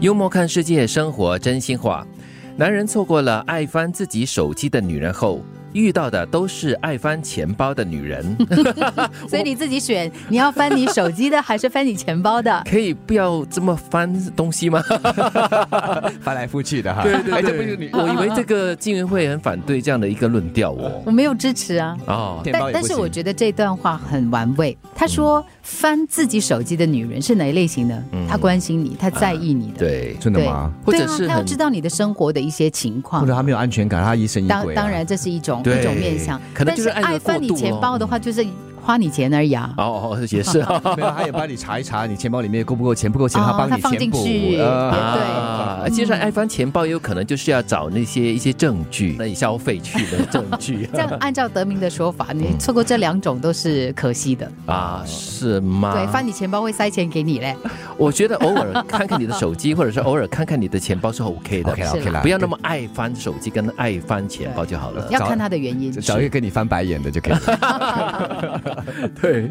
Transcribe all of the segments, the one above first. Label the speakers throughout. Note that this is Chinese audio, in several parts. Speaker 1: 幽默看世界，生活真心话。男人错过了爱翻自己手机的女人后，遇到的都是爱翻钱包的女 人。
Speaker 2: 所以你自己选，你要翻你手机的还是翻你钱包 的？
Speaker 1: 可以不要这么翻东西 吗？
Speaker 3: 翻来覆去的哈。
Speaker 1: 对对
Speaker 3: 哎，这
Speaker 1: 对
Speaker 3: 不是你
Speaker 1: 我以为这个竟然会很反对这样的一个论调 哦。
Speaker 2: 我没有支持啊，
Speaker 1: 哦，
Speaker 3: 钱包
Speaker 2: 但
Speaker 3: 也
Speaker 2: 但
Speaker 3: 不
Speaker 2: 是
Speaker 3: 行
Speaker 2: 我觉得这段话很玩味。他说翻自己手机的女人是哪一类型的？她关心你，她在意你的，
Speaker 1: 啊对，
Speaker 3: 真的
Speaker 2: 对
Speaker 3: 吗？
Speaker 1: 或者
Speaker 2: 对啊
Speaker 1: 是
Speaker 2: 她要
Speaker 1: 很
Speaker 2: 知道你的生活的一些情况
Speaker 3: 或者。他没有安全感，他疑神疑鬼、
Speaker 2: 当当，然，这是一种
Speaker 1: 对
Speaker 2: 一种面向，
Speaker 1: 可能就是爱
Speaker 2: 但
Speaker 1: 得
Speaker 2: 爱翻
Speaker 1: 过
Speaker 2: 你
Speaker 1: 度
Speaker 2: 钱
Speaker 1: 咯
Speaker 2: 包的话，就是花你钱而已啊。
Speaker 1: 哦哦也 是啊
Speaker 3: 没有，他也帮你查一查你钱包里面够不够钱，不够钱、
Speaker 2: 哦
Speaker 3: 他帮
Speaker 2: 他
Speaker 3: 你
Speaker 2: 放
Speaker 3: 填
Speaker 2: 进
Speaker 3: 补。
Speaker 2: 去
Speaker 3: 呃
Speaker 2: 对
Speaker 1: 啊，其实爱翻钱包也有可能就是要找那些一些证据，那你消费去的证据啊
Speaker 2: 这样按照德明的说法，你错过这两种都是可惜的。
Speaker 1: 啊，是吗？
Speaker 2: 对，翻你钱包会塞钱给你嘞。
Speaker 1: 我觉得偶尔看看你的手机，或者是偶尔看看你的钱包是 OK 的
Speaker 3: OK 啦
Speaker 2: 是
Speaker 3: OK 啦，
Speaker 1: 不要那么爱翻手机跟爱翻钱包就好了。
Speaker 2: 要看他的原因。
Speaker 3: 找一个跟你翻白眼的就可以 了。
Speaker 1: 对，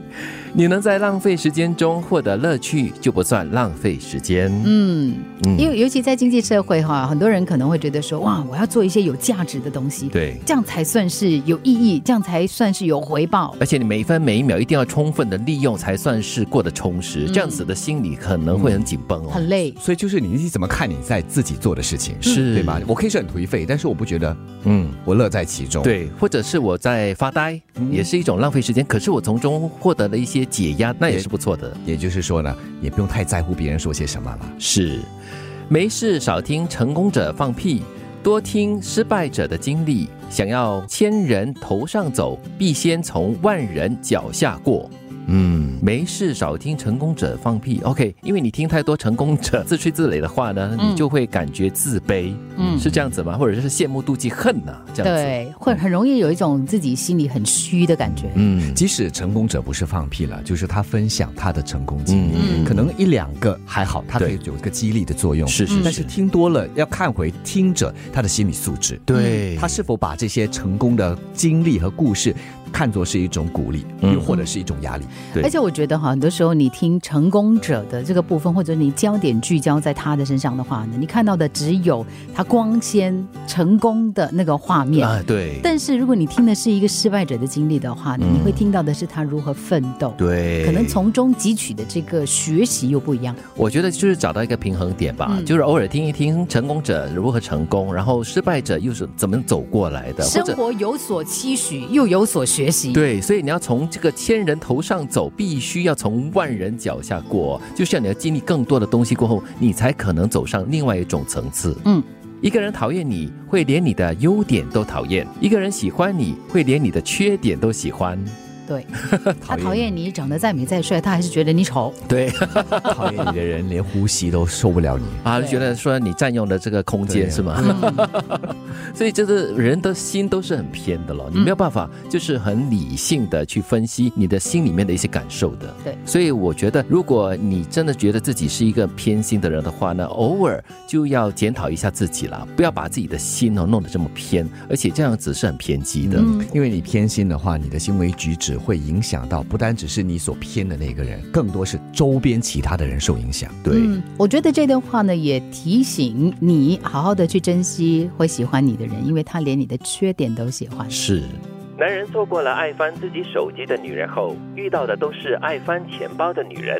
Speaker 1: 你能在浪费时间中获得乐趣，就不算浪费时间。
Speaker 2: 嗯，
Speaker 1: 嗯
Speaker 2: 因为尤其在经济社会哈，很多人可能会觉得说，哇，我要做一些有价值的东西，
Speaker 1: 对，
Speaker 2: 这样才算是有意义，这样才算是有回报。
Speaker 1: 而且你每一分每一秒一定要充分的利用，才算是过得充实。这样子的心理可能会很紧绷哦。
Speaker 2: 嗯很累，
Speaker 3: 所以就是你你怎么看你在自己做的事情，
Speaker 1: 是
Speaker 3: 对吗？我可以是很颓废，但是我不觉得
Speaker 1: 嗯，
Speaker 3: 我乐在其中。，
Speaker 1: 对，或者是我在发呆，也是一种浪费时间。可是我从中获得了一些解压，那也是不错的。
Speaker 3: 也就是说呢，也不用太在乎别人说些什么了。
Speaker 1: 是，没事少听成功者放屁，多听失败者的经历。想要千人头上走，必先从万人脚下过。嗯，没事，少听成功者放屁。OK，因为你听太多成功者自吹自擂的话呢，
Speaker 2: 嗯
Speaker 1: 你就会感觉自卑，
Speaker 2: 嗯
Speaker 1: 是这样子吗？或者是羡慕、妒忌、恨呐、这样子。，
Speaker 2: 对，会很容易有一种自己心里很虚的感觉。
Speaker 1: 嗯，
Speaker 3: 即使成功者不是放屁了，就是他分享他的成功经历，
Speaker 1: 嗯
Speaker 2: 嗯
Speaker 3: 可能一两个还好，他可以
Speaker 1: 对
Speaker 3: 有一个激励的作用。嗯
Speaker 1: 是是
Speaker 3: 但是
Speaker 1: 是，
Speaker 3: 听多了要看回听者他的心理素质，
Speaker 2: 嗯
Speaker 1: 对，
Speaker 3: 他是否把这些成功的经历和故事看作是一种鼓励，
Speaker 1: 嗯
Speaker 3: 又或者是一种压力？
Speaker 1: 对
Speaker 2: 而且我觉得哈，很多时候你听成功者的这个部分，或者你焦点聚焦在他的身上的话呢，你看到的只有他光鲜成功的那个画面。
Speaker 1: 啊，对，
Speaker 2: 但是如果你听的是一个失败者的经历的话呢，
Speaker 1: 嗯
Speaker 2: 你会听到的是他如何奋斗，
Speaker 1: 对，
Speaker 2: 可能从中汲取的这个学习又不一样。
Speaker 1: 我觉得就是找到一个平衡点吧，
Speaker 2: 嗯
Speaker 1: 就是偶尔听一听成功者如何成功，然后失败者又是怎么走过来的，或
Speaker 2: 生
Speaker 1: 者
Speaker 2: 活有所期许，又有所学习。
Speaker 1: 对，所以你要从这个千人头上走，必须要从万人脚下过，就是要你要经历更多的东西过后，你才可能走上另外一种层次。
Speaker 2: 嗯，
Speaker 1: 一个人讨厌你会连你的优点都讨厌，一个人喜欢你会连你的缺点都喜欢。
Speaker 2: 对，
Speaker 1: 嗯
Speaker 2: 他讨厌你长得再美再帅，他还是觉得你丑。
Speaker 1: 对
Speaker 3: 讨厌你的人连呼吸都受不了你。
Speaker 1: 啊，就
Speaker 2: 对
Speaker 1: 觉得说你占用了这个空间
Speaker 3: 对
Speaker 1: 是吗？
Speaker 2: 嗯
Speaker 1: 所以，这个人的心都是很偏的咯，你
Speaker 2: 嗯
Speaker 1: 没有办法，就是很理性的去分析你的心里面的一些感受的。
Speaker 2: 对
Speaker 1: 所以我觉得，如果你真的觉得自己是一个偏心的人的话呢，偶尔就要检讨一下自己啦，不要把自己的心哦弄得这么偏，而且这样子是很偏激的。
Speaker 3: 嗯，因为你偏心的话，你的行为举止会影响到不单只是你所偏的那个人，更多是周边其他的人受影响。
Speaker 1: 对，
Speaker 2: 嗯，我觉得这段话呢，也提醒你好好的去珍惜会喜欢你的人，因为他连你的缺点都喜欢。
Speaker 1: 是。男人错过了爱翻自己手机的女人后，遇到的都是爱翻钱包的女人。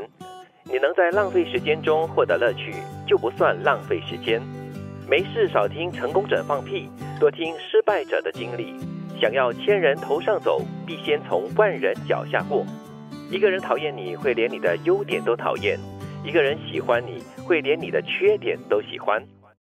Speaker 1: 你能在浪费时间中获得乐趣，就不算浪费时间。没事少听成功者放屁，多听失败者的经历。想要千人头上走，必先从万人脚下过。一个人讨厌你会连你的优点都讨厌，一个人喜欢你会连你的缺点都喜欢。